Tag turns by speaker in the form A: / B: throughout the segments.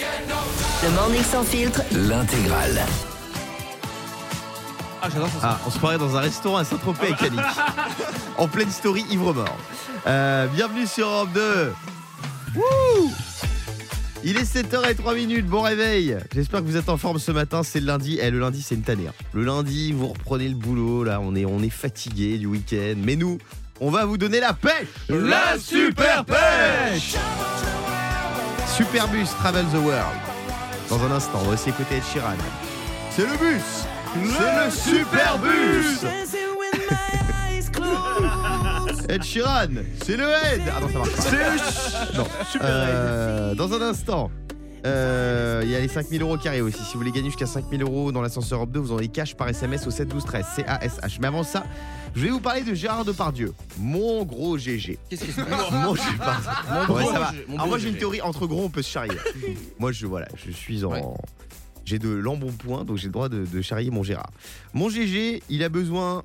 A: Le morning sans filtre,
B: L'intégrale.
C: Ah, j'adore ça.
D: Ah, on se croirait dans un restaurant à Saint-Tropez avec Yannick. en pleine story, ivre mort. Euh, bienvenue sur Europe 2. Wouh Il est 7h03 minutes, bon réveil. J'espère que vous êtes en forme ce matin, c'est le lundi. Eh, le lundi, c'est une tannée. hein. Le lundi, vous reprenez le boulot, là, on est, on est fatigué du week-end. Mais nous, on va vous donner la pêche La super pêche Superbus Travel the World. Dans un instant, on va aussi écouter Ed Sheeran. C'est le bus C'est le super bus Ed Sheeran, c'est le Ed Ah non, ça marche pas. C'est le Non, super Dans un instant, euh, il y a les 5000 euros qui arrivent aussi. Si vous voulez gagner jusqu'à 5000 euros dans l'ascenseur Europe 2, vous envoyez cash par SMS au 7 12 13 C-A-S-H. Mais avant ça, je vais vous parler de Gérard Depardieu, mon gros GG.
C: Qu'est-ce que c'est
D: Moi, je parle.
C: gros
D: Ouais, ça va.
C: GG, Ah, mon
D: Alors
C: gros
D: moi, j'ai une
C: GG.
D: théorie entre gros, on peut se charrier. moi, je voilà, je suis en.
C: Ouais.
D: J'ai de l'embonpoint, donc j'ai le droit de, de charrier mon Gérard. Mon GG, il a besoin.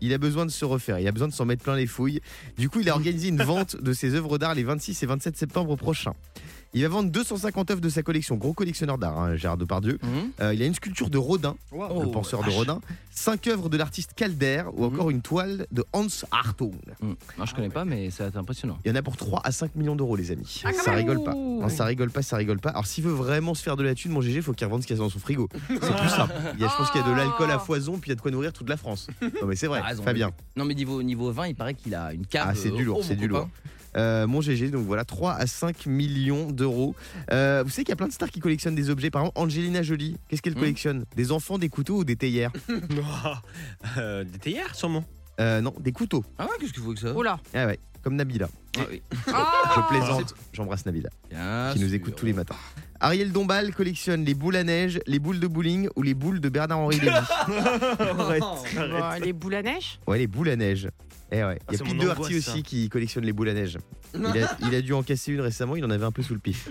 D: Il a besoin de se refaire, il a besoin de s'en mettre plein les fouilles. Du coup, il a organisé une vente de ses œuvres d'art les 26 et 27 septembre prochains. Il va vendre 250 œuvres de sa collection, gros collectionneur d'art, hein, Gérard Depardieu.
C: Mhm.
D: Euh, il a une sculpture de Rodin,
C: Wow. Mhm.
D: le penseur de Rodin, cinq œuvres de l'artiste Calder ou encore une toile de Hans Hartung.
C: Hum. Non, je connais pas, mais ça va être impressionnant.
D: Il y en a pour 3 à 5 millions d'euros, les amis. ça rigole pas. Hein, ça rigole pas, ça rigole pas. Alors, s'il veut vraiment se faire de la thune, mon GG, faut qu'il revende ce qu'il y a dans son frigo. C'est plus simple. Il y a- je pense qu'il y a de l'alcool à foison, puis il y a de quoi nourrir toute la France. Non, mais c'est vrai,
C: T'as raison.
D: Fabien.
C: Non, mais niveau, niveau 20, il paraît qu'il a une cave.
D: Ah, c'est
C: euh,
D: du lourd,
C: oh,
D: c'est
C: mon
D: du
C: copain.
D: lourd. Euh, mon GG, donc voilà, 3 à 5 millions d'euros. Euh, vous savez qu'il y a plein de stars qui collectionnent des objets. Par exemple, Angelina Jolie, qu'est-ce qu'elle
C: Hmm.
D: collectionne Des enfants, des couteaux ou des théières
E: Euh, des théières, sûrement.
D: Euh, Non, des couteaux.
C: Ah ouais, qu'est-ce que vous que ça
F: Oula.
D: Ah ouais, comme Nabila.
C: Ah oui.
D: Je plaisante, j'embrasse Nabila.
C: Bien
D: qui nous
C: sûr.
D: écoute tous les matins. Ariel Dombal collectionne les boules à neige, les boules de bowling ou les boules de Bernard-Henri Lévy.
E: Arrête.
F: Bah, les boules à neige
D: Ouais, les boules à neige. Eh ouais. Il y
E: Ah, c'est
D: a
E: mon
D: Pete Doherty
E: angoisse, ça.
D: aussi qui collectionne les boules à neige. Il a, il a dû en casser une récemment, il en avait un peu sous le pif.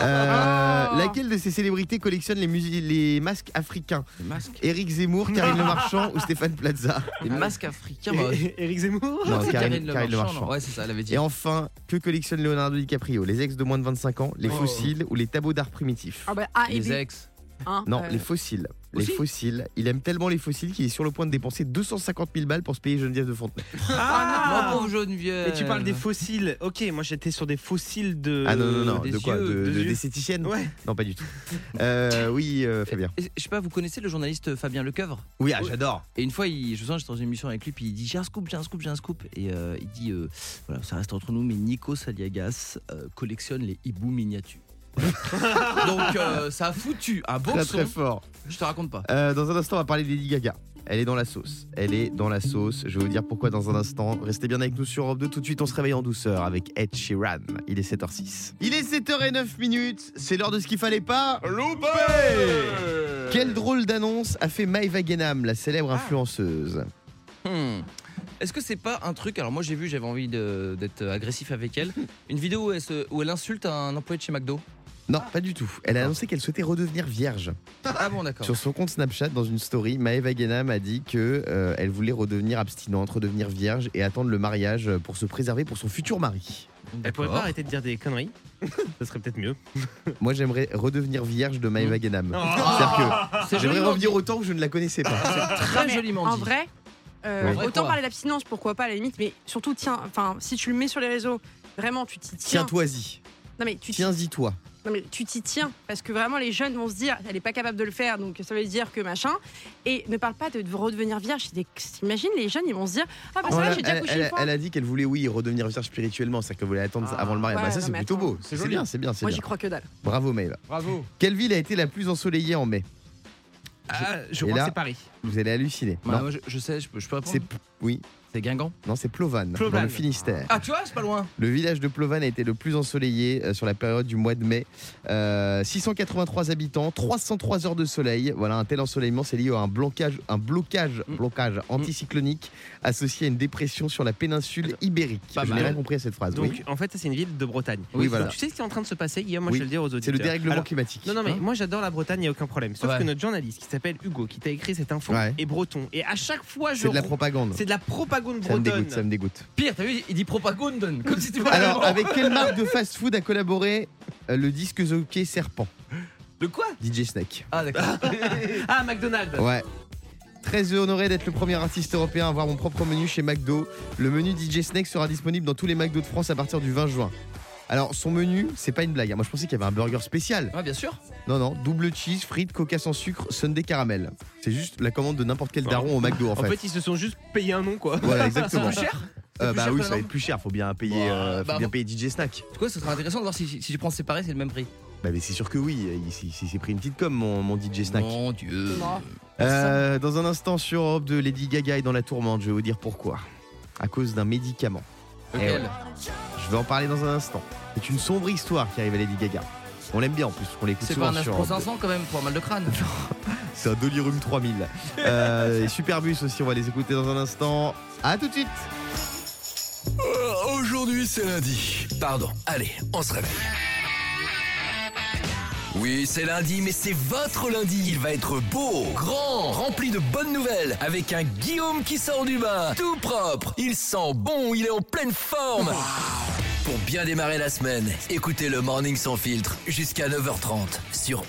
D: Euh,
F: Oh.
D: laquelle de ces célébrités collectionne les, musi- les masques africains
C: Des masques.
D: Éric Zemmour, Karine Le Marchand ou Stéphane Plaza
C: Des masques africains. bah,
E: Eric Zemmour
D: Ah, Non,
C: c'est
D: Karine- Karine Le
C: non
D: Marchand.
C: Ouais, c'est ça, elle avait dit.
D: Et enfin, que collectionne Leonardo DiCaprio Les ex de moins de 25 ans, les
E: Oh.
D: fossiles ou les tableaux d'art primitifs
F: Ah bah A et
C: Les
F: B.
C: ex.
F: hein,
D: Non,
F: euh,
D: les fossiles. Les
C: aussi
D: fossiles. Il aime tellement les fossiles qu'il est sur le point de dépenser 250 000 balles pour se payer Geneviève de Fontenay.
C: Mon
E: Ah
C: pauvre Geneviève.
E: Et tu parles des fossiles. Ok, moi j'étais sur des fossiles de.
D: ah non, non, non.
C: des
D: De quoi
C: yeux,
D: De,
E: Euh, des
D: de
E: yeux.
D: d'esthéticienne
E: Ouais.
D: Non, pas du tout. Euh, oui, euh, Fabien.
C: Et- Je sais pas, vous connaissez le journaliste Fabien Lecoeuvre
D: Oui, ah, j'adore.
C: Et une fois, il, je me souviens, j'étais dans une émission avec lui, puis il dit J'ai un scoop, j'ai un scoop, j'ai un scoop. Et euh, il dit euh, Voilà, ça reste entre nous, mais Nico Saliagas euh, collectionne les hiboux miniatures. Voilà. Donc euh, ça a foutu un bon
D: Très,
C: son.
D: très fort.
C: Je te raconte pas.
D: Euh, dans un instant, on va parler de Lady Gaga. Elle est dans la sauce. Elle est dans la sauce. Je vais vous dire pourquoi dans un instant. Restez bien avec nous sur Europe 2. Tout de suite, on se réveille en douceur avec Ed Sheeran. Il est 7h06. Il est 7h09 minutes. C'est l'heure de ce qu'il fallait pas. Quelle drôle d'annonce a fait Maëva Genam, la célèbre influenceuse
C: Hmm. Est-ce que c'est pas un truc Alors moi j'ai vu, j'avais envie de- d'être agressif avec elle. Une vidéo où elle, se- où elle insulte un employé de chez McDo.
D: Non, pas du tout. Elle a annoncé qu'elle souhaitait redevenir vierge.
C: Ah bon, d'accord.
D: Sur son compte Snapchat, dans une story, Maëva Genam a dit que euh, elle voulait redevenir abstinente, redevenir vierge et attendre le mariage pour se préserver pour son futur mari.
E: Elle pourrait pas
C: D'accord.
E: arrêter de dire des conneries Ça serait peut-être mieux.
D: Moi, j'aimerais redevenir vierge de
F: Mmh.
D: Maëva Genam.
F: Oh.
D: C'est-à-dire
C: C'est
D: que j'aimerais
C: joliment dit.
D: revenir au temps où je ne la connaissais
F: Ah.
D: pas.
F: non,
C: Très
F: mais
C: joliment
F: En
C: dit.
F: vrai, euh,
C: En vrai,
F: autant
C: quoi
F: parler d'abstinence, pourquoi pas à la limite, mais surtout, tiens, enfin, si tu le mets sur les réseaux, vraiment, tu t'y tiens.
D: Tiens-toi-y.
F: Non, mais tu Ah, t'y-
D: Tiens-y toi.
F: non, mais tu t'y tiens, parce que vraiment, les jeunes vont se dire, elle est pas capable de le faire, donc ça veut dire que machin. Et ne parle pas de de redevenir vierge. c'est des- T'imagines, les jeunes, ils vont se dire, ah bah ça va,
D: Voilà,
F: j'ai déjà
D: elle,
F: couché
D: elle-
F: une fois.
D: elle a dit qu'elle voulait, oui, redevenir vierge spirituellement, c'est-à-dire qu'elle voulait attendre
E: Ah,
D: avant le mariage.
F: ouais,
D: Bah, ça,
F: non,
D: c'est
F: mais
D: plutôt
F: attends. hein.
D: beau. C'est
E: joli.
D: bien, c'est bien, c'est
F: Moi,
D: bien.
F: j'y crois que dalle.
D: Bravo, Maëva.
E: Bravo.
D: Quelle ville a été la plus ensoleillée en mai
C: Ah,
E: je
D: Et
E: crois
D: là-
E: que c'est Paris.
D: Vous allez halluciner.
C: Bah,
D: non,
C: moi, je, je sais, je peux, je peux répondre.
D: c'est oui.
C: C'est Guingamp.
D: Non, c'est Plovane, dans
E: Plovane.
D: le Finistère.
C: Ah tu vois, c'est pas loin.
D: Le village de Plovane a été le plus ensoleillé euh, sur la période du mois de mai. Euh, 683 habitants, 303 heures de soleil. Voilà, un tel ensoleillement, c'est lié à un blocage, un blocage,
C: Mm.
D: blocage anticyclonique associé à une dépression sur la péninsule ibérique.
C: Pas
D: Je
C: mal.
D: n'ai rien compris à cette phrase.
E: Donc
D: oui.
E: en fait, ça c'est une ville de Bretagne.
D: Oui, voilà.
E: Tu sais ce qui est en train de se passer, Guillaume Moi
D: Oui.
E: je vais le dire aux auditeurs.
D: c'est le dérèglement
E: Alors,
D: climatique.
E: Non, non, mais
C: Hein
E: moi j'adore la Bretagne, il a aucun problème. Sauf
C: Ouais.
E: que notre journaliste qui s'appelle Hugo, qui t'a écrit cette info,
D: Ouais.
E: est breton. Et à chaque fois, je.
D: c'est de la
E: re-
D: propagande.
E: C'est de la propagande
D: Ça me dégoûte, ça
E: bretonne.
D: me dégoûte.
C: Pire, t'as vu, il dit propagande, comme si tu
E: Ah,
C: vois
D: Alors, avec quelle marque de fast-food a collaboré euh, le disque jockey Serpent
C: De quoi
D: DJ Snake.
C: Ah, d'accord.
E: Ah, McDonald's.
D: Ouais. Très honoré d'être le premier artiste européen à avoir mon propre menu chez McDo. Le menu DJ Snake sera disponible dans tous les McDo de France à partir du 20 juin. Alors, son menu, c'est pas une blague. hein. Moi, je pensais qu'il y avait un burger spécial.
C: Ouais, bien sûr.
D: Non, non, double cheese, frites, coca sans sucre, sundae caramel. C'est juste la commande de n'importe quel
C: Bah,
E: Ouais.
D: daron au McDo, en
E: En
D: fait.
E: fait, ils se sont juste payés un nom, quoi.
D: Voilà, exactement.
C: Plus cher
D: Euh,
C: plus
D: bah
C: cher
D: oui,
C: que
D: ça
C: la
D: va être plus cher. Faut bien payer,
C: Bah,
D: euh, faut
C: bah,
D: bien
C: bon.
D: payer DJ Snack.
C: Du coup, ce serait intéressant de voir si, si, si tu prends séparé, c'est le même prix.
D: Bah, mais c'est sûr que oui. Il, s'est- il s'est pris une petite com, mon, mon DJ Snack.
C: Mon dieu.
F: Non.
D: Euh, dans un instant sur Europe de Lady Gaga est dans la tourmente, je vais vous dire pourquoi. À cause d'un médicament. Eh
C: Lequel
D: ouais. Je vais en parler dans un instant. C'est une sombre histoire qui arrive à Lady Gaga. On l'aime bien en plus, on l'écoute
C: C'est
D: souvent
C: pas un
D: sur
C: Aspro
D: Europe 2.
C: 500 quand même pour un mal de crâne.
D: C'est un Dolirum 3000. Euh, et Superbus aussi, on va les écouter dans un instant. À tout de suite
A: Aujourd'hui, c'est lundi. Pardon. Allez, on se réveille. Oui, c'est lundi, mais c'est votre lundi. Il va être beau, grand, rempli de bonnes nouvelles, avec un Guillaume qui sort du bain, tout propre. Il sent bon, il est en pleine forme. Pour bien démarrer la semaine, écoutez le Morning sans filtre jusqu'à 9h30 sur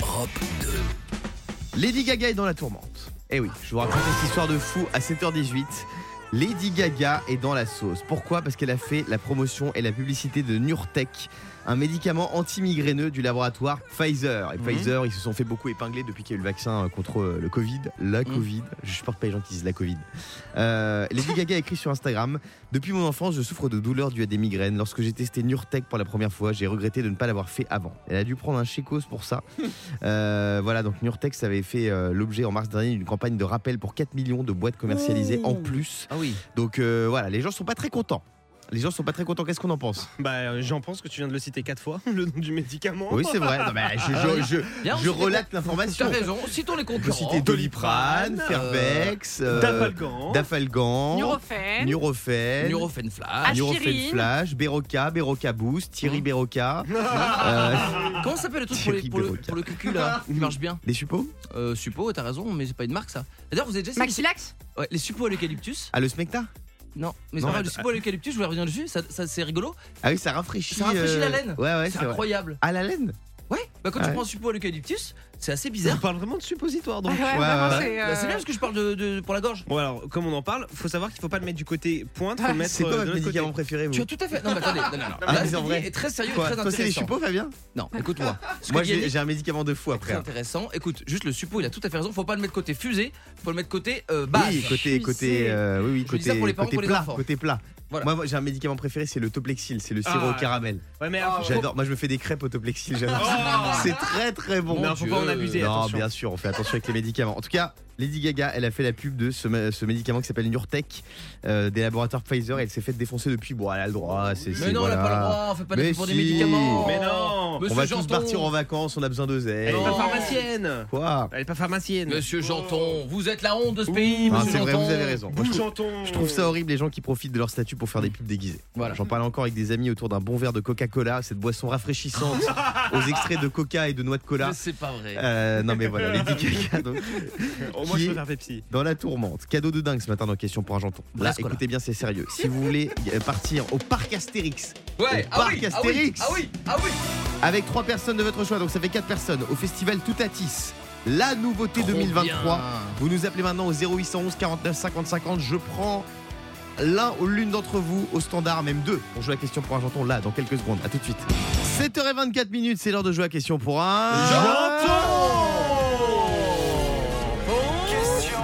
A: Europe 2.
D: Lady Gaga est dans la tourmente. Eh oui, je vous raconte cette histoire de fou à 7h18. Lady Gaga est dans la sauce. Pourquoi Parce qu'elle a fait la promotion et la publicité de Nurtec, un médicament anti-migraineux du laboratoire Pfizer. Et
E: Mhm.
D: Pfizer, ils se sont fait beaucoup épingler depuis qu'il y a eu le vaccin euh, contre euh, le Covid. La Covid. Je supporte pas les gens qui disent la Covid. Euh, Lady Gaga a écrit sur Instagram Depuis mon enfance, je souffre de douleurs dues à des migraines. Lorsque j'ai testé Nurtec pour la première fois, j'ai regretté de ne pas l'avoir fait avant. Elle a dû prendre un chécos pour ça. Euh, voilà, donc Nurtex avait fait euh, l'objet en mars dernier d'une campagne de rappel pour 4 millions de boîtes commercialisées en plus.
C: Ah oui.
D: Donc euh, voilà, les gens sont pas très contents. Les gens sont pas très contents. Qu'est-ce qu'on en pense
E: Bah, euh, j'en pense que tu viens de le citer quatre fois, le nom du médicament.
D: Oui, c'est vrai. Non, mais je, je- je-
C: Bien, on
D: je
C: cite les
D: relate
C: con- T'as
D: l'information.
C: raison, citons les
D: On peut
C: concurrents.
D: citer Doliprane,
E: Doliprane,
D: Fairbex, euh,
E: Dafalgan.
D: Dafalgan,
F: Nurofen.
D: Nurofen,
C: Neurofen-Flash.
D: Nurofen
F: Aspirine.
D: Flash, Beroca, Beroca Boost, Thierry
C: Mhm.
D: Beroca. euh,
C: Comment s'appelle le truc pour, les, pour, le, pour le cucu là qui marche bien
D: les suppos
C: euh, Suppo, t'as raison, mais c'est pas une marque ça. D'ailleurs, vous avez déjà essayé
F: Maxilax
C: Ouais, les suppos à l'eucalyptus
D: Ah, le Smecta
C: Non, mais c'est pas
D: Non,
C: grave,
E: mais-
C: les suppos à l'eucalyptus, je voulais revenir dessus, ça, ça, c'est rigolo.
D: Ah oui, ça rafraîchit.
C: Ça rafraîchit
D: euh,
C: la laine.
D: Ouais, ouais,
C: c'est
D: c'est vrai.
C: incroyable.
D: Ah, la laine
C: Ouais, bah quand
D: Ouais.
C: tu prends un suppôt à l'eucalyptus, c'est assez
E: On
C: bizarre.
E: parle vraiment de suppositoire,
F: Ah
E: donc.
F: ouais,
D: ouais,
F: vraiment,
D: ouais.
F: c'est, euh,
C: Bah, c'est bien parce que je parle de, de- pour la gorge.
E: Bon, alors, comme on en parle, faut savoir qu'il faut pas le mettre du côté pointe, faut
F: Ah,
E: le mettre
D: C'est
E: euh,
D: quoi
E: de
D: votre
E: l'autre côté.
D: médicament préféré vous
C: Tu as tout à fait. Non, mais attendez, non, non, non.
D: Mm. Ah, mais
C: Là, ce
D: c'est
C: qu'il dit
D: vrai.
C: est très sérieux et
D: Quoi
C: très
D: Toi, c'est les
C: intéressant.
D: chupots, Fabien
C: Non, écoute-moi. Ce
D: Moi,
C: que Yannick
D: j'ai j'ai un médicament de fou
C: est très
D: après. hein.
C: intéressant. Écoute, juste le suppôt, il a tout à fait raison. Faut pas le mettre côté fusée, faut le mettre côté euh, base.
D: oui, côté,
F: Je
D: côté,
F: sais.
D: euh, oui, oui,
C: Je dis ça
D: côté,
C: pour les parents,
D: côté
C: pour les
D: plat,
C: enfants.
D: côté plat.
C: Voilà.
D: Moi, moi, j'ai un médicament préféré, c'est le Toplexil, c'est le sirop
E: Ah.
D: au caramel.
E: Ouais, mais alors, faut-
D: J'adore. Moi, je me fais des crêpes au Toplexil, j'adore.
C: Ah.
E: Oh
D: C'est très très bon.
E: Non, faut
C: Dieu.
E: pas en abuser,
D: Non,
E: attention.
D: bien sûr, on fait attention avec les médicaments. En tout cas, Lady Gaga, elle a fait la pub de ce, ma- ce médicament qui s'appelle Nurtec euh, des laboratoires Pfizer. Et elle s'est fait défoncer depuis. Bon, elle a le droit. c'est
C: Mais
D: c'est-
C: non, on
D: voilà.
C: n'a pas le droit, on fait pas
D: Mais
C: des pour des
D: si.
C: médicaments.
E: Mais non.
C: Monsieur
D: On va tous
C: Janton.
D: partir en vacances. On a besoin
E: Elle
D: d'oseille.
E: est
C: Non.
E: pas pharmacienne.
D: Quoi
E: Elle est pas pharmacienne.
C: Monsieur Janton, vous êtes la honte de ce pays,
D: Ah,
C: monsieur
D: C'est vrai, vous
C: Janton.
D: avez raison. Moi, je trouve-
E: Bougeanton.
D: Je trouve ça horrible les gens qui profitent de leur statut pour faire des pubs déguisées.
C: Voilà.
D: J'en parlais encore avec des amis autour d'un bon verre de Coca-Cola, cette boisson rafraîchissante aux extraits de Coca et de noix de cola.
C: Mais C'est pas vrai.
D: Euh, non mais voilà, Lady Gaga donc,
E: Oh, moi, je
D: Qui-
E: préfère Pepsi.
D: dans la tourmente. Cadeau de dingue ce matin dans Question pour un janton. Là,
C: Brescola.
D: écoutez bien, c'est sérieux. Si vous voulez euh, partir au parc Astérix
C: Ouais,
D: au
C: ah oui,
D: parc
C: ah oui,
D: Astérix.
C: ah oui, ah oui.
D: avec trois personnes de votre choix, donc ça fait quatre personnes, au festival Toutatis, la nouveauté 2023. Vous nous appelez maintenant au 0811 49 50 50. Je prends l'un ou l'une d'entre vous au standard, même deux. On joue la question pour un janton là, dans quelques secondes. À tout de suite. 7h24 minutes, c'est l'heure de jouer à question pour un.
A: Question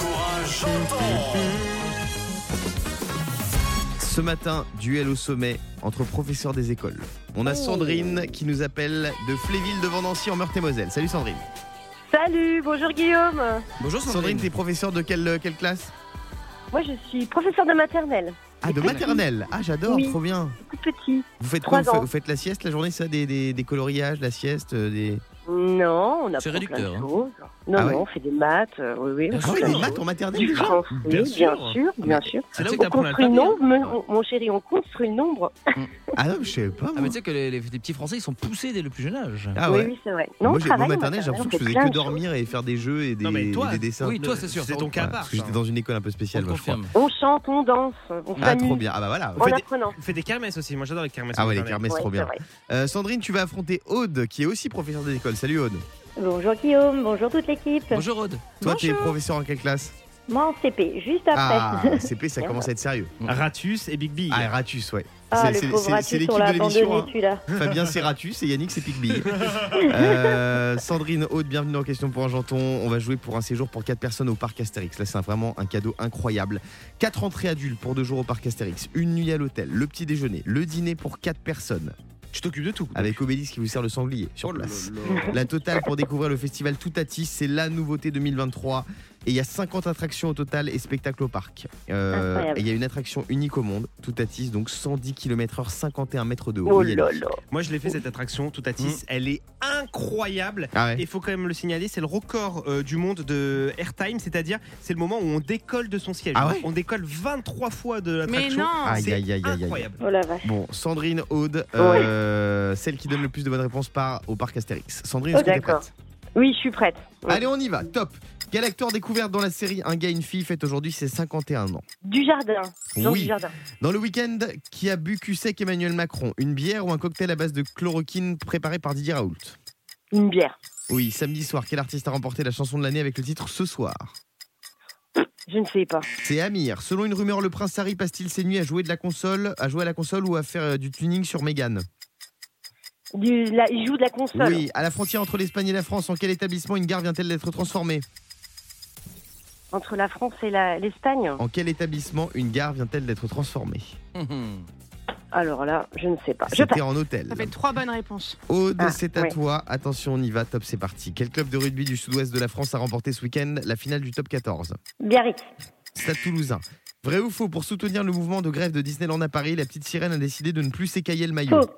A: pour un chanton.
D: Ce matin, duel au sommet entre professeurs des écoles. On
B: Oh.
D: a Sandrine qui nous appelle de Fléville devant Nancy en Meurthe-et-Moselle. Salut Sandrine.
B: Salut, bonjour Guillaume.
C: Bonjour Sandrine.
D: Sandrine, t'es professeur de quelle, euh, quelle classe
B: Moi je suis professeur de maternelle,
D: Ah, de maternelle. Ah, j'adore,
B: Oui.
D: trop bien.
B: tout petit.
D: Vous faites quoi
B: Trois
D: vous, fa-
B: ans.
D: vous faites la sieste la journée, ça des, des- des coloriages, la sieste, euh, des.
B: Non, on apprend
C: C'est
B: plein de
C: réducteur, hein.
B: choses. Non,
D: Ah
B: non,
D: ouais.
B: on fait des maths, euh, oui, oui.
D: Ah
B: on
D: oui,
B: fait
D: des
B: des-
D: maths en maternelle
B: Du
D: déjà
B: français,
E: Bien
B: bien
E: sûr.
B: sûr, bien sûr.
E: C'est là
C: Tu
E: où
C: sais
B: On
E: t'apprends
B: construit
E: l'alternance.
B: nombre, mon, mon chéri, on construit nombre.
D: Ah non, mais je savais pas.
C: Ah,
D: Moi.
C: mais tu sais que les, les- les petits Français, ils sont poussés dès le plus jeune âge.
D: Ah
B: oui,
D: ouais.
B: oui, c'est vrai. Non, on
D: moi, j'ai-
B: travaille
D: moi,
B: en
D: maternelle, j'ai
B: maternelle,
D: l'impression que je
B: on fait
D: faisais
B: plein
D: que
B: de choses.
D: dormir et faire des jeux et des,
E: Non, mais toi,
D: et des dessins.
C: Oui, toi, c'est sûr.
E: C'est
C: on
E: ton
D: Ouais,
E: cas à part.
D: parce que j'étais
E: ça.
D: dans une école un peu spéciale,
C: te
D: moi, je crois.
C: confirme.
B: On chante, on danse, on
D: Ah, trop
B: s'amuse
D: bien. Ah bah voilà.
B: en
D: Fais des-
B: apprenant.
E: Fais des kermesses aussi. Moi, j'adore les kermesses.
D: Ah ouais, les
E: maternelles.
D: kermesses,
B: Ouais,
D: trop
B: c'est
D: bien.
B: vrai.
D: Euh, Sandrine, tu vas affronter Aude, qui est aussi professeur de l'école. Salut Aude.
G: Bonjour Guillaume, bonjour toute l'équipe.
C: Bonjour, Aude.
D: Toi, tu es
F: Bonjour.
D: professeur en quelle classe
G: Moi en CP, juste après.
D: Ah, CP, ça commence à être sérieux.
E: Ratus et Big B.
D: Ah, et Ratus, ouais.
G: Ah,
D: C'est-
G: le
D: c'est-
G: pauvre
D: c'est- c'est
G: Ratus,
D: l'équipe
G: on l'a
D: de l'émission,
G: abandonné
D: hein.
G: celui-là.
D: Fabien, c'est Ratus et Yannick, c'est Picbille. Euh, Sandrine, Aude, bienvenue dans Question pour un Janton. On va jouer pour un séjour pour 4 personnes au parc Astérix. Là, c'est vraiment un cadeau incroyable. 4 entrées adultes pour 2 jours au parc Astérix, une nuit à l'hôtel, le petit déjeuner, le dîner pour 4 personnes,
E: Tu t'occupes de tout.
D: avec Obélis qui vous sert le sanglier
E: Oh
D: sur place. La totale pour découvrir le festival Toutati, c'est la nouveauté 2023. Et il y a 50 attractions au total et spectacles au parc. Euh,
G: Incroyable.
D: et il y a une attraction unique au monde, Toutatis, donc 110 km/h, 51 mètres de haut.
B: Oh
D: Il y a-
B: là là.
E: Moi, je l'ai fait cette attraction, tout à
D: Mm.
E: 10. Elle est incroyable.
D: Ah ouais.
E: Il faut quand même le signaler, c'est le record euh, du monde de airtime, c'est-à-dire c'est le moment où on décolle de son siège.
D: Ah ouais
E: on décolle 23 fois de
F: Mais
E: l'attraction.
F: non
D: Aïe,
E: C'est
D: aïe, aïe, aï, aï.
E: incroyable.
G: Oh la vache.
D: Bon, Sandrine, Aude, euh, celle qui donne le plus de bonnes réponses part au parc Astérix. Sandrine, est-ce
B: Oh,
D: que t'es
B: d'accord.
D: prête
B: Oui, je suis prête. Oui.
D: Allez, on y va, top Quel acteur découvert dans la série Un gars, une fille fête aujourd'hui ses 51 ans
B: Du jardin. Jean
D: Oui.
B: du jardin.
D: Dans le week-end, qui a bu cul sec Emmanuel Macron Une bière ou un cocktail à base de chloroquine préparé par Didier Raoult
B: Une bière.
D: Oui, samedi soir, quel artiste a remporté la chanson de l'année avec le titre Ce soir
B: Je ne sais pas.
D: C'est Amir. Selon une rumeur, le prince Harry passe-t-il ses nuits à jouer, de la console, à jouer à la console ou à faire euh, du tuning sur Mégane
B: Du, la, il joue de la console.
D: Oui, à la frontière entre l'Espagne et la France, en quel établissement une gare vient-elle d'être transformée
B: Entre la France et la- l'Espagne.
D: En quel établissement une gare vient-elle d'être transformée
B: Alors là, je ne sais pas. Je passe.
D: C'était en hôtel.
F: Ça fait trois bonnes réponses.
D: Aude,
B: Ah,
D: c'est à
B: ouais.
D: toi. Attention, on y va. Top, c'est parti. Quel club de rugby du sud-ouest de la France a remporté ce week-end la finale du top 14
G: Biarritz.
D: Stade toulousain. Vrai ou faux Pour soutenir le mouvement de grève de Disneyland à Paris, la petite sirène a décidé de ne plus s'écailler le maillot.
G: Faux.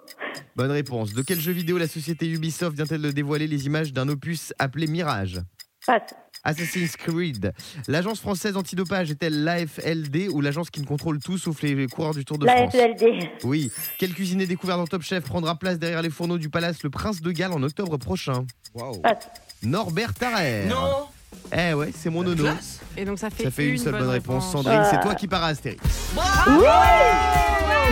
D: Bonne réponse. De quel jeu vidéo la société Ubisoft vient-elle de dévoiler les images d'un opus appelé Mirage
G: Passe.
D: Assassin's Creed. L'agence française antidopage est-elle l'AFLD ou l'agence qui ne contrôle tout sauf les coureurs du Tour de
G: La
D: France
G: FLD.
D: Oui. Quel cuisinier découvert dans Top Chef prendra place derrière les fourneaux du palace Le Prince de Galles en octobre prochain
F: Ah
G: Passe.
D: Norbert Tarrer.
C: Non
D: Eh ouais, c'est mon nono.
C: Classe
F: Et donc ça fait,
D: Ça fait une, seule bonne réponse. Sandrine,
G: Ah.
D: c'est toi qui pars à Astérix.
G: Bravo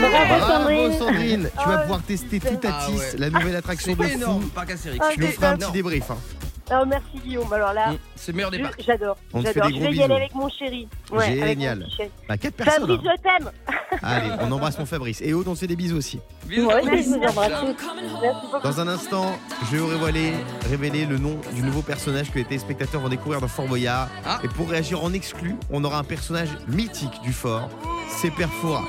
D: Bravo
G: Sandrine.
D: Sandrine Tu vas pouvoir tester tout
C: Ah
D: Toutatis,
C: ouais.
D: la nouvelle attraction de
C: C'est
D: fou.
C: énorme, Parc Astérix.
B: Ah,
D: Tu nous
B: c'est
D: feras un petit
C: énorme.
D: débrief. hein.
B: Oh, merci Guillaume. Alors là,
C: Mm, C'est le meilleur
B: je-
C: des parcs.
B: j'adore.
D: On te fait
B: J'adore.
D: des
B: Je
D: gros
B: vais y
D: bisous.
B: aller avec mon chéri. Ouais, avec mon
D: Génial.
B: petit chéri.
D: Bah, 4 personnes.
B: Fabrice,
D: hein.
B: je t'aime.
D: Allez, on embrasse mon Fabrice. Et Aude, on se fait des bisous aussi.
F: Mmh.
B: Moi aussi, je vous embrasse
C: Ciao.
B: tous. Merci beaucoup.
D: Dans un instant, je vais vous révéler, révéler le nom du nouveau personnage que les téléspectateurs vont découvrir dans Fort Boyard.
C: Ah.
D: Et pour réagir en exclu, on aura un personnage mythique du fort, c'est Perfora.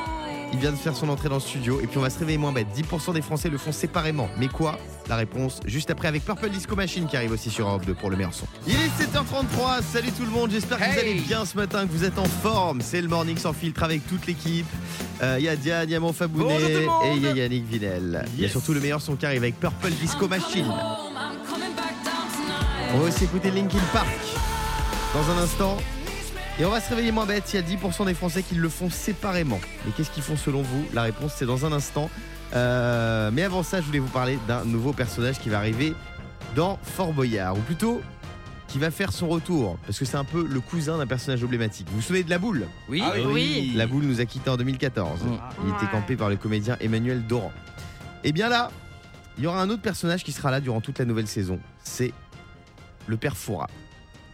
D: Il vient de faire son entrée dans le studio et puis on va se réveiller moins bête. 10% des Français le font séparément. Mais quoi La réponse juste après avec Purple Disco Machine qui arrive aussi sur Europe 2 pour le meilleur son. Il est 7h33, salut tout le monde, j'espère que vous
C: Hey.
D: allez bien ce matin, que vous êtes en forme. C'est le Morning sans filtre avec toute l'équipe. Euh, Il y a Diane, il y a mon Fabounet
C: Bonjour tout le monde.
D: et il y a Yannick Vinel. Il y a surtout le meilleur son qui arrive avec Purple Disco Machine. On va aussi écouter Linkin Park dans un instant. Et on va se réveiller moins bête, il y a 10% des Français qui le font séparément. Mais qu'est-ce qu'ils font selon vous La réponse c'est dans un instant. Euh, mais avant ça, je voulais vous parler d'un nouveau personnage qui va arriver dans Fort Boyard, ou plutôt qui va faire son retour, parce que c'est un peu le cousin d'un personnage emblématique. Vous vous souvenez de la boule
C: Oui,
E: Ah oui.
F: Oui.
D: La boule nous a quittés en 2014.
C: Mm.
D: Il était campé par le comédien Emmanuel Doran. Et bien là, il y aura un autre personnage qui sera là durant toute la nouvelle saison. C'est le père Foura.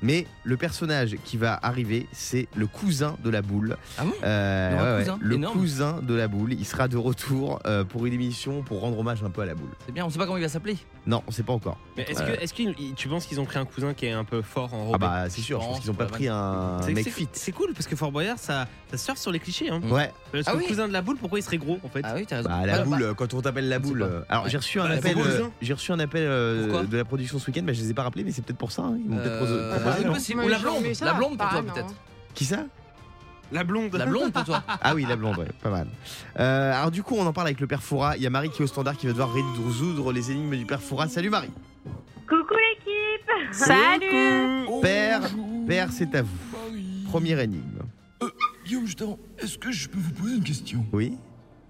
D: Mais le personnage qui va arriver, c'est le cousin de la boule.
C: Ah bon
D: Euh,
C: Il y aura un
D: ouais, ouais,
C: cousin
D: le
C: Énorme.
D: cousin de la boule. Il sera de retour euh, pour une émission pour rendre hommage un peu à la boule.
C: C'est bien, on sait pas comment il va s'appeler.
D: Non, on sait pas encore.
E: Mais est-ce
D: Ouais.
E: que, est-ce qu'ils- tu penses qu'ils ont pris un cousin qui est un peu fort en
D: Ah
E: robe
C: ben,
D: bah c'est sûr, je pense qu'ils ont pas pris un
E: C'est-
D: mec
E: c'est-
D: fit.
E: C'est cool parce que Fort Boyard ça, ça surfe sur les clichés. Hein.
D: Ouais,
E: Parce que
C: Ah
E: le
C: oui.
E: cousin de la boule, pourquoi il serait gros en fait
C: Ah oui, t'as raison.
D: bah
C: Bah,
D: la
C: bah,
D: boule, quand on t'appelle la
C: on sait
D: boule.
C: pas.
D: euh, alors
C: Ouais.
D: j'ai reçu un
E: Bah, la
D: appel,
E: boule,
D: euh,
E: cousin.
D: j'ai reçu un appel euh,
C: hein. Pourquoi
D: de la production ce week-end, bah, je les ai pas rappelés, mais c'est peut-être pour ça. hein, Ils m'ont peut-être
C: euh,
D: proposé-
C: ah,
D: proposé.
C: c'est
D: non
C: possible.
F: Mais
C: Ou la
F: je-
C: blonde,
F: mais ça,
C: la blonde pour toi
F: pareil, non.
C: peut-être.
D: Qui ça
E: La blonde.
C: bah, La blonde pour toi.
D: Ah oui, la blonde, ouais, pas mal. Euh, alors du coup, on en parle avec le père Foura. Il y a Marie qui est au standard qui va devoir résoudre les énigmes du père Foura. Salut Marie.
B: Coucou
F: Salut
D: Père, père, c'est à vous. Première énigme.
A: Guillaume Jetan, est-ce que je peux vous poser une question
D: Oui.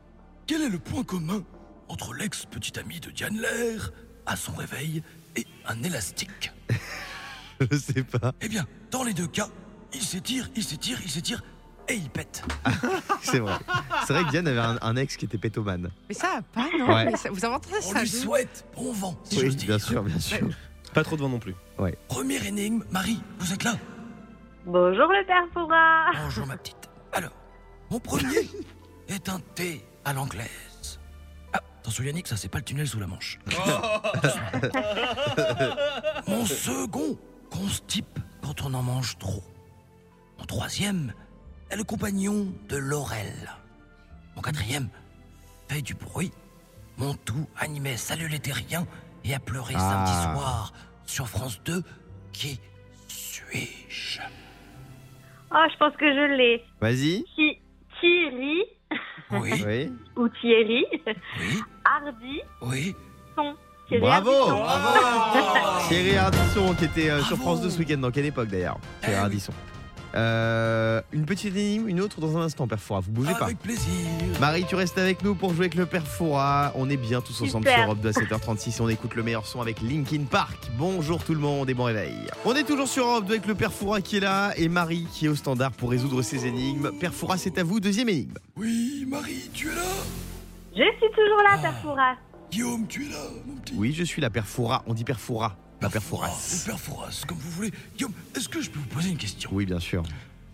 A: Quel est le point commun entre l'ex-petit ami de Diane Lair, à son réveil, et un élastique
D: Je sais pas.
A: Eh bien, dans les deux cas, il s'étire, il s'étire, il s'étire, et il pète.
D: C'est vrai. C'est vrai que Diane avait un, un ex qui était pétomane.
F: Mais ça, pas non
D: Ouais.
F: mais ça- Vous inventez
A: On
F: ça
A: lui
F: vous
A: souhaite bon vent, si j'ose dire.
D: bien sûr, bien sûr.
E: Pas trop de vent non plus.
A: Première énigme, Marie, vous êtes là
G: Bonjour le père Fourat.
A: Bonjour ma petite. Alors, mon premier est un thé à l'anglaise. Ah, attention Yannick, ça c'est pas le tunnel sous la Manche. mon second constipe quand on en mange trop. Mon troisième est le compagnon de Laurel. Mon quatrième fait du bruit. Mon tout animait Salut les terriens et a pleuré
D: Ah.
A: samedi soir sur France 2. Qui suis-je
B: Ah,
G: Oh, je pense que je l'ai.
D: Vas-y.
G: Thi- Thierry
A: Oui,
D: Oui.
G: ou Thierry,
A: oui,
G: Hardy,
A: oui.
G: son. Thierry
D: Bravo.
G: Ardisson.
D: Bravo. Thierry Ardisson qui était euh, sur
A: Bravo.
D: France 2 ce week-end. Dans quelle époque d'ailleurs
G: Ah
D: Thierry
A: Eh oui.
D: Ardisson. Euh, une petite énigme, une autre dans un instant, Père Fourat. Vous bougez pas.
A: Avec plaisir.
D: Marie, tu restes avec nous pour jouer avec le Père Fourat. On est bien tous ensemble
G: Super.
D: sur Europe 2 à 7h36 et on écoute le meilleur son avec Linkin Park. Bonjour tout le monde et bon réveil. On est toujours sur Europe 2 avec le Père Fourat qui est là et Marie qui est au standard pour résoudre ses énigmes. Père Fourat, c'est à vous, deuxième énigme.
A: Oui, Marie, tu es là
G: Je suis toujours là, père Fourat.
A: Guillaume, tu es là, mon petit Ah,
D: Oui, je suis la Père Fourat. On dit Père Fourat, pas Père
A: Ou
G: Oh.
D: Fouras.
A: Perforas, comme vous voulez. Guillaume, est-ce que je peux vous poser une question
D: Oui, bien sûr.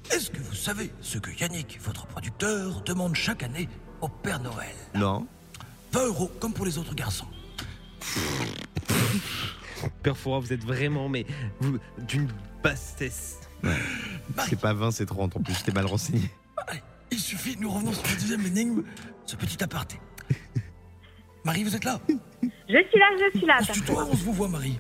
A: Est-ce que vous savez ce que Yannick, votre producteur, demande chaque année au Père Noël
D: Non
A: 20 euros, comme pour les autres garçons.
E: Père Fouras, vous êtes vraiment, mais vous- d'une bassesse.
D: C'est pas 20, c'est 30 en plus, j'étais mal renseigné.
A: Il suffit, nous revenons sur la deuxième énigme, ce petit aparté. Marie, vous êtes là
G: Je suis là, je suis là,
A: On se
G: père
A: tutoie,
G: Fourat.
A: on se vous voit, Marie.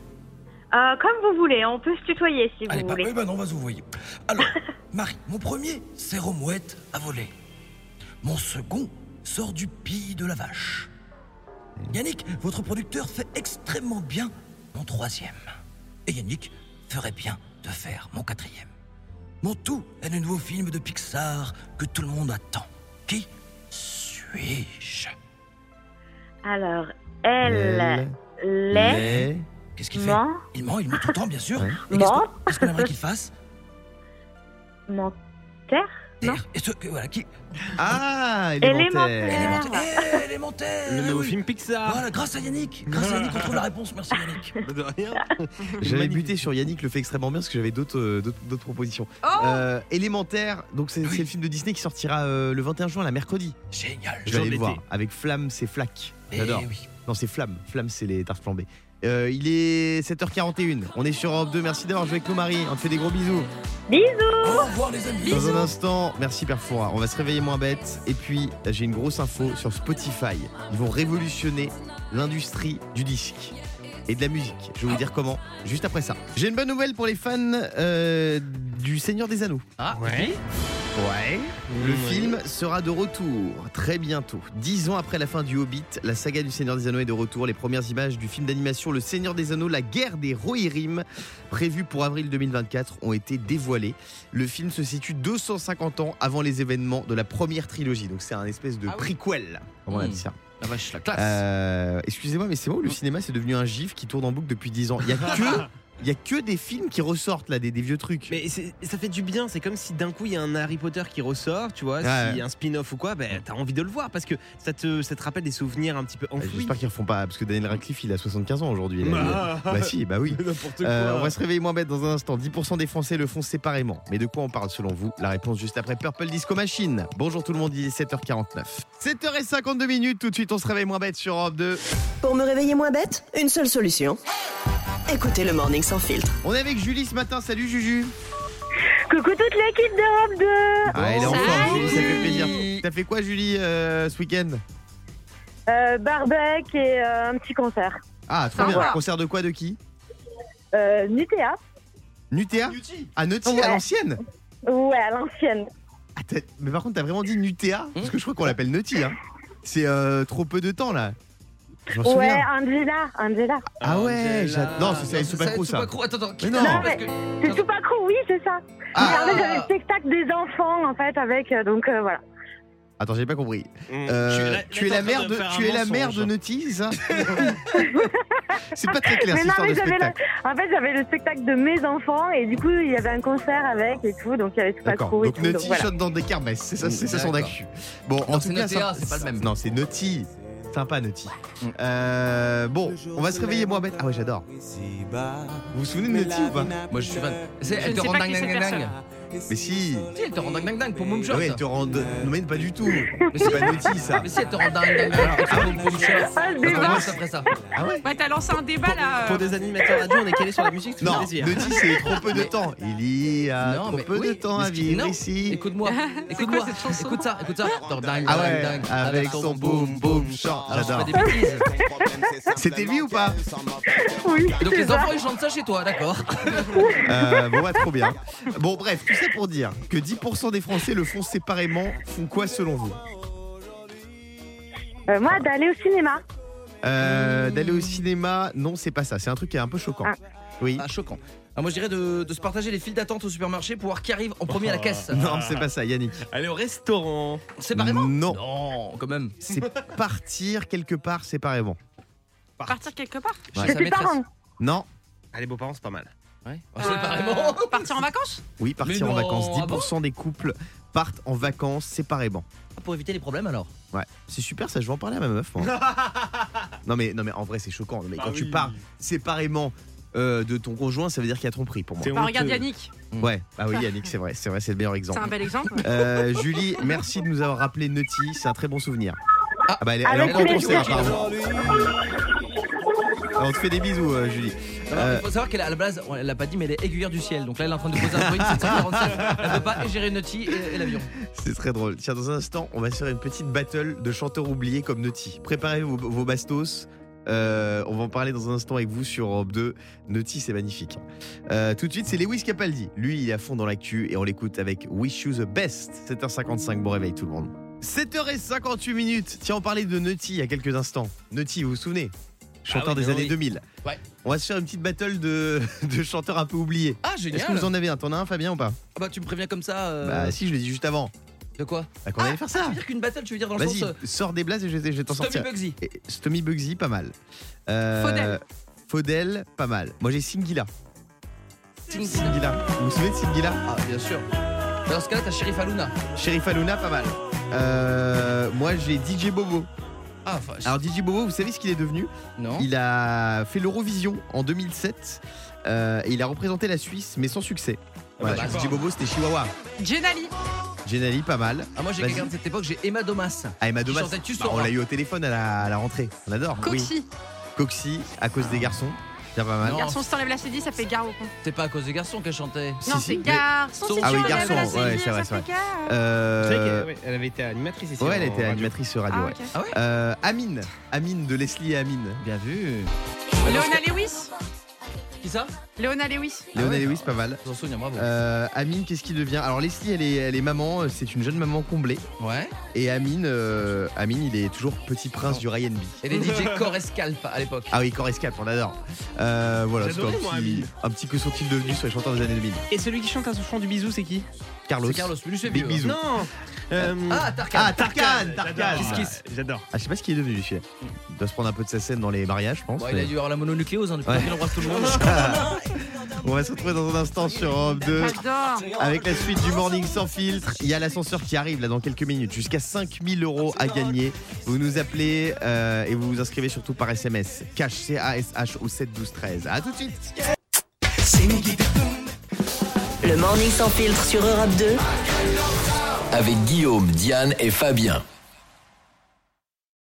G: Euh, comme vous voulez, on peut se tutoyer si
A: Allez,
G: vous
A: bah,
G: voulez.
A: eh ben non, on va se vous voyez. Alors, Marie, mon premier, c'est Romouette à voler. Mon second sort du pis de la vache. Yannick, votre producteur, fait extrêmement bien mon troisième. Et Yannick ferait bien de faire mon quatrième. Mon tout est le nouveau film de Pixar que tout le monde attend. Qui suis-je
G: Alors, elle, les,
A: Qu'est-ce qu'il fait
G: ment,
A: Il ment, il ment tout le temps, bien sûr.
D: Ouais.
A: Et qu'est-ce
G: Ment.
A: qu'on- qu'est-ce qu'on aimerait qu'il fasse
G: mentaire.
A: Taire. Et ce, voilà, qui,
D: Ah,
G: Élémentaire.
D: élémentaire.
A: Élémentaire. Eh, élémentaire.
D: Ah
E: Le
A: eh
E: nouveau
A: oui.
E: film Pixar.
A: Voilà, grâce à Yannick. Grâce à Yannick, on trouve la réponse. Merci Yannick.
E: De rien.
D: J'avais
E: Magnifique.
D: buté sur Yannick, le fait extrêmement bien parce que j'avais d'autres euh, d'autres- d'autres propositions.
F: Oh
D: Euh, élémentaire, donc c'est
A: Oui.
D: c'est le film de Disney qui sortira euh, le 21 juin, la mercredi.
A: Génial.
D: Je
E: Jour
D: vais aller
E: de
D: le voir
E: l'été.
D: avec Flamme, c'est Flac. J'adore.
A: Eh oui.
D: Non, c'est Flamme. Flamme, c'est les tartes flambées. Euh, il est 7h41. On est sur Europe 2. Merci d'avoir joué avec nous, Marie. On te fait des gros bisous.
A: Au revoir les amis.
D: Dans un instant, merci Père Fourat. On va se réveiller moins bête. Et puis, j'ai une grosse info sur Spotify. Ils vont révolutionner l'industrie du disque et de la musique. Je vais vous dire comment juste après ça. J'ai une bonne nouvelle pour les fans euh, du Seigneur des Anneaux. Ah,
E: Ouais.
D: ouais. Le film sera de retour très bientôt. Dix ans après la fin du Hobbit, la saga du Seigneur des Anneaux est de retour. Les premières images du film d'animation Le Seigneur des Anneaux, la guerre des Rohirrim, prévue pour avril 2024, ont été dévoilées. Le film se situe 250 ans avant les événements de la première trilogie. Donc c'est un espèce de
C: Ah oui. Ah,
D: prequel. Comment on a dit ça
C: La vache, la classe.
D: Euh, Excusez-moi, mais c'est moi où le cinéma c'est devenu un gif qui tourne en boucle depuis 10 ans. Il y a que, il y a que des films qui ressortent là, des, des vieux trucs.
E: Mais c'est- ça fait du bien, c'est comme si d'un coup il y a un Harry Potter qui ressort, tu vois,
D: Ouais.
E: s'il y a un spin-off ou quoi, ben t'as envie de le voir parce que ça te, ça te rappelle des souvenirs un petit peu
D: Euh,
E: enfouis.
D: J'espère qu'ils refont pas, parce que Daniel Radcliffe il a 75 ans aujourd'hui. Il a-
E: Bah.
D: Bah si, bah oui.
E: N'importe quoi.
D: Euh, on va se réveiller moins bête dans un instant. 10% des Français le font séparément. Mais de quoi on parle selon vous La réponse juste après Purple Disco Machine. Bonjour tout le monde, il est 7h49. 7h52 minutes, tout de suite on se réveille moins bête sur Europe 2.
H: Pour me réveiller moins bête, une seule solution. Écoutez le Morning Sans Filtre.
D: On est avec Julie ce matin, salut Juju.
G: Coucou toute l'équipe d'Europe 2
D: Ah, elle est en
F: Salut.
D: forme, Julie, ça fait plaisir. T'as fait quoi Julie euh, ce week-end
G: euh, Barbec et euh, un petit concert.
D: Ah, trop
F: Au
D: bien.
F: revoir.
D: Concert de quoi, de qui
G: Euh, Nutea
D: Nutea Ah, Nuti,
G: Ouais.
D: à l'ancienne
G: Ouais, à l'ancienne.
D: Ah, t'as- Mais par contre, t'as vraiment dit Nutea Parce que je crois qu'on l'appelle Nuti, hein. C'est euh, trop peu de temps là. Je me
G: Ouais,
D: souviens.
G: Angela, Angela.
D: Ah ouais,
C: Angela.
D: j'ad- non, ça, c'est Super
C: ça,
D: Crew, ça.
C: Super Crew. Attends, attends, quitte
D: non.
C: la-
G: Non,
C: parce
G: mais-
C: que-
A: Ah
G: C'est tout pas cool, oui, c'est ça.
D: Ah.
G: Mais en fait, j'avais le spectacle des enfants, en fait, avec. euh, donc euh, voilà.
D: Attends, j'ai pas compris.
E: Mm.
D: Euh,
I: Tu es la-
D: tu
I: t'es en
D: es la
I: train
D: mère
I: de
D: de,
I: faire
D: tu
I: un
D: es la
I: mensonge.
D: mère de Nutty, c'est ça C'est pas très clair
G: Mais
D: cette
G: non,
D: histoire
G: mais
D: de
G: j'avais la-
D: spectacle.
G: En fait, j'avais le spectacle de mes enfants et du coup, il y avait un concert avec et tout, donc il y avait tout pas
D: D'accord.
G: cool. et
D: Donc
G: tout, donc
D: Nutty
G: voilà.
D: chante dans des kermesses, c'est ça, c'est ça son
C: D'accord.
D: actu. Bon, en
C: Non,
D: tout
C: c'est
D: cas,
C: Nutty,
D: ça-
C: hein, c'est pas le même.
D: Non, c'est Nutty. Sympa Nutty.
C: Mm.
D: Euh, bon, on va se réveiller moins bête. Ah ouais, j'adore. Vous vous souvenez de Nutty ou pas
C: Moi, je suis fan. C'est-
F: Je
C: Elle
F: ne
C: te
F: sais
C: rend
F: pas qui
C: ding
F: est cette
C: ding ding ding.
D: Mais si.
C: Si, elle te rend ding ding ding pour Mom
D: Ah
C: Shot.
D: ouais, elle te rend. Non mais pas du tout.
C: Mais
D: C'est
C: si-
D: pas Nutty ça.
C: Mais si, elle te rend ding ding ding pour Mom Mom Shot.
G: Ah, le
C: Ça
G: débat.
C: commence après ça.
D: Ah ouais.
F: Bah, t'as lancé un débat
E: Pour,
F: là.
E: pour
F: euh,
E: des animateurs radio, on est calé sur la musique, c'est un
D: Non,
E: plaisir.
D: Nutty c'est trop peu de temps. Il y
C: Non,
D: a Ah, trop
C: mais
D: peu de
C: oui,
D: temps
C: mais
D: à
C: ce qui-
D: vivre
C: non.
D: ici.
C: Écoute-moi,
F: Ah,
C: écoute-moi, écoute ça, écoute ça. Attends, ding,
D: Ah
C: ding,
D: ouais,
C: ding,
D: avec son boom boom chant.
C: Alors, je
D: J'adore.
C: fais des bêtises.
D: C'était lui ou pas
G: Ah, Oui,
C: Et donc
G: c'est
C: les
G: ça.
C: enfants ils chantent ça chez toi, d'accord
D: Euh, Bon, bah, trop bien. Bon, bref, tout ça pour dire que 10% des Français le font séparément. Font quoi selon vous
G: Euh, moi, d'aller au cinéma.
D: Euh, D'aller au cinéma Non, c'est pas ça. C'est un truc qui est un peu choquant.
G: Ah.
D: Oui.
C: Ah, choquant. Ah, moi je dirais de, de se partager les files d'attente au supermarché pour voir qui arrive en premier à la caisse.
D: Oh. Non, c'est pas ça, Yannick.
E: Aller au restaurant.
C: ah. Séparément
D: Non.
C: Non, quand même.
D: C'est partir quelque part séparément.
F: Partir quelque part
C: Chez
G: C'est
C: sa
G: tes
C: maîtresse.
G: parents.
D: Non.
E: Ah, les beaux-parents, c'est pas mal.
C: Ouais. Ah,
F: Euh,
C: Séparément
F: Partir en vacances
D: Oui, partir
C: Mais
D: en
C: non,
D: vacances.
C: ah bon
D: 10% des couples partent en vacances séparément.
C: Pour éviter les problèmes alors.
D: C'est super ça, je vais en parler à ma meuf. moi. non, mais, non mais en vrai c'est choquant.
C: Bah
E: Bah
D: Non, mais quand tu pars séparément euh, de ton conjoint, ça veut dire qu'il y a tromperie pour moi.
E: C'est
F: Bah, regarde
D: Euh,
E: honteux.
F: Yannick,
D: Ouais, ah oui Yannick, c'est vrai, c'est vrai, c'est le meilleur
F: c'est
D: exemple.
F: un bel exemple.
D: Euh, Julie, merci de nous avoir rappelé Nutty, c'est un très bon souvenir.
C: Ah.
D: Ah bah elle, est- elle est
G: Avec
D: encore en
G: plaisir.
D: concert, pardon. On te fait des bisous euh, Julie.
C: Alors, Il faut savoir qu'elle à la base, on- elle l'a pas dit, mais elle est aiguillère du ciel. Donc là, elle est en train de poser un Boeing 747. Elle peut pas gérer Nutty et, et l'avion.
D: C'est très drôle. Tiens, dans un instant, on va se faire une petite battle de chanteurs oubliés comme Nutty. Préparez vos, vos bastos. Euh, on va en parler dans un instant avec vous sur Europe 2. Nutty, c'est magnifique. Euh, tout de suite, c'est Lewis Capaldi. Lui, il est à fond dans l'actu et on l'écoute avec Wish You the Best. 7h55, bon réveil tout le monde. 7h58 minutes. Tiens, on parlait de Nutty il y a quelques instants. Nutty, vous vous souvenez Chanteur
C: Ah oui,
D: des
C: oui.
D: années 2000.
C: Ouais.
D: On va se faire une petite battle de, de chanteurs un peu oubliés.
C: Ah,
D: Est-ce que
C: génial
D: vous en avez un T'en as un, Fabien, ou pas
C: Ah Bah, tu me préviens comme ça. euh, Ah,
D: Bah, si, je l'ai dit juste avant.
C: De quoi
D: Bah, qu'on allait faire ça.
C: Tu veux dire qu'une battle, tu veux dire dans le
D: Vas-y,
C: sens. euh,
D: sors des blazes et je vais je vais t'en
C: Tommy
D: sortir.
C: Bugsy.
D: Et Stommy Bugsy, pas mal. Euh,
F: Faudel.
D: Faudel, pas mal. Moi j'ai Singila.
C: Tim Tim.
D: Singila. Vous vous souvenez de Singila
C: Ah, bien sûr. Dans ce cas-là, t'as Sheriff Aluna.
D: Sheriff Aluna, pas mal. Euh, moi j'ai DJ Bobo.
C: Ah, enfin. je-
D: Alors DJ Bobo, vous savez ce qu'il est devenu
C: non.
D: Il a fait l'Eurovision en 2007. euh, et il a représenté la Suisse, mais sans succès. Voilà,
C: bah,
D: DJ
C: d'accord.
D: Bobo, c'était Chihuahua.
F: Jenali,
D: Genali, pas mal.
C: Ah, moi, j'ai
D: Vas-y.
C: quelqu'un de cette époque, j'ai Emma Domas.
D: Ah, Emma Domas.
C: chantais Tu
D: bah,
C: sauras.
D: on l'a eu au téléphone à la, à la rentrée. On adore. Oui.
F: Coxy.
D: Coxy, à cause
C: Ah.
D: des garçons. C'est pas mal.
C: Non.
F: Garçon, si t'enlèves la CD, ça fait gare au con.
C: C'est pas à cause des garçons qu'elle chantait.
D: Si,
F: non,
D: si,
F: c'est
D: mais-
F: garçon, si
D: Ah
F: tu
D: oui,
F: enlèves
D: garçon,
F: la
D: ouais,
F: CD,
D: c'est
F: ça
D: vrai, c'est vrai.
F: fait gare.
D: Euh,
E: Vous savez qu'elle ouais, elle avait été animatrice ici.
D: Ouais, elle
E: en
D: était
E: radio.
D: animatrice sur radio.
F: Ah,
D: ouais.
F: ok.
C: Ah ouais
D: Euh, Amine, Amine de Leslie et Amine.
C: Bien vu.
F: Léona Lewis
C: Qui ça
F: Léona Lewis
C: Ah
D: Léon
C: ouais,
D: et Lewis,
C: bah,
D: pas mal.
C: J'en souviens, bravo.
D: Euh, Amine, qu'est-ce qu'il devient Alors Leslie, elle est, elle est maman, euh, c'est une jeune maman comblée.
C: Ouais.
D: Et Amine, euh, Amine, il est toujours petit prince du Ryan B.
C: Et les DJ Corescalp à l'époque.
D: Ah oui, Corescap, on adore. Euh, voilà, c'est un,
E: J'adorais, moi,
D: petit,
E: Amine.
D: un petit que sont-ils devenus sur les chanteurs des années 2000
E: Et celui qui chante un chant du bisou, c'est qui
D: Carlos.
C: C'est Carlos, mais lui, c'est
D: Big
C: vieux.
D: bisous.
E: Non euh,
C: Ah, Tarkan.
D: Ah, Tarkan, Tarkan.
E: j'adore.
D: Kiss, kiss.
E: Kiss, kiss. J'adore.
D: Ah, je sais pas ce qu'il est devenu, celui-là. Il doit se prendre un peu de sa scène dans les mariages, je pense.
C: Bon, il
D: mais-
C: a dû avoir la mononucléose hein, depuis
D: Ouais.
C: qu'il embrasse tout le monde.
D: On va se retrouver dans un instant sur Europe 2.
F: J'adore
D: Avec la suite du Morning sans filtre, il y a l'ascenseur qui arrive là dans quelques minutes. Jusqu'à 5000 euros à gagner. Vous nous appelez euh, et vous vous inscrivez surtout par SMS. Cash C-A-S-H au 7 12 13. A tout de suite
H: Le Morning sans filtre sur Europe 2.
A: Avec Guillaume, Diane et Fabien.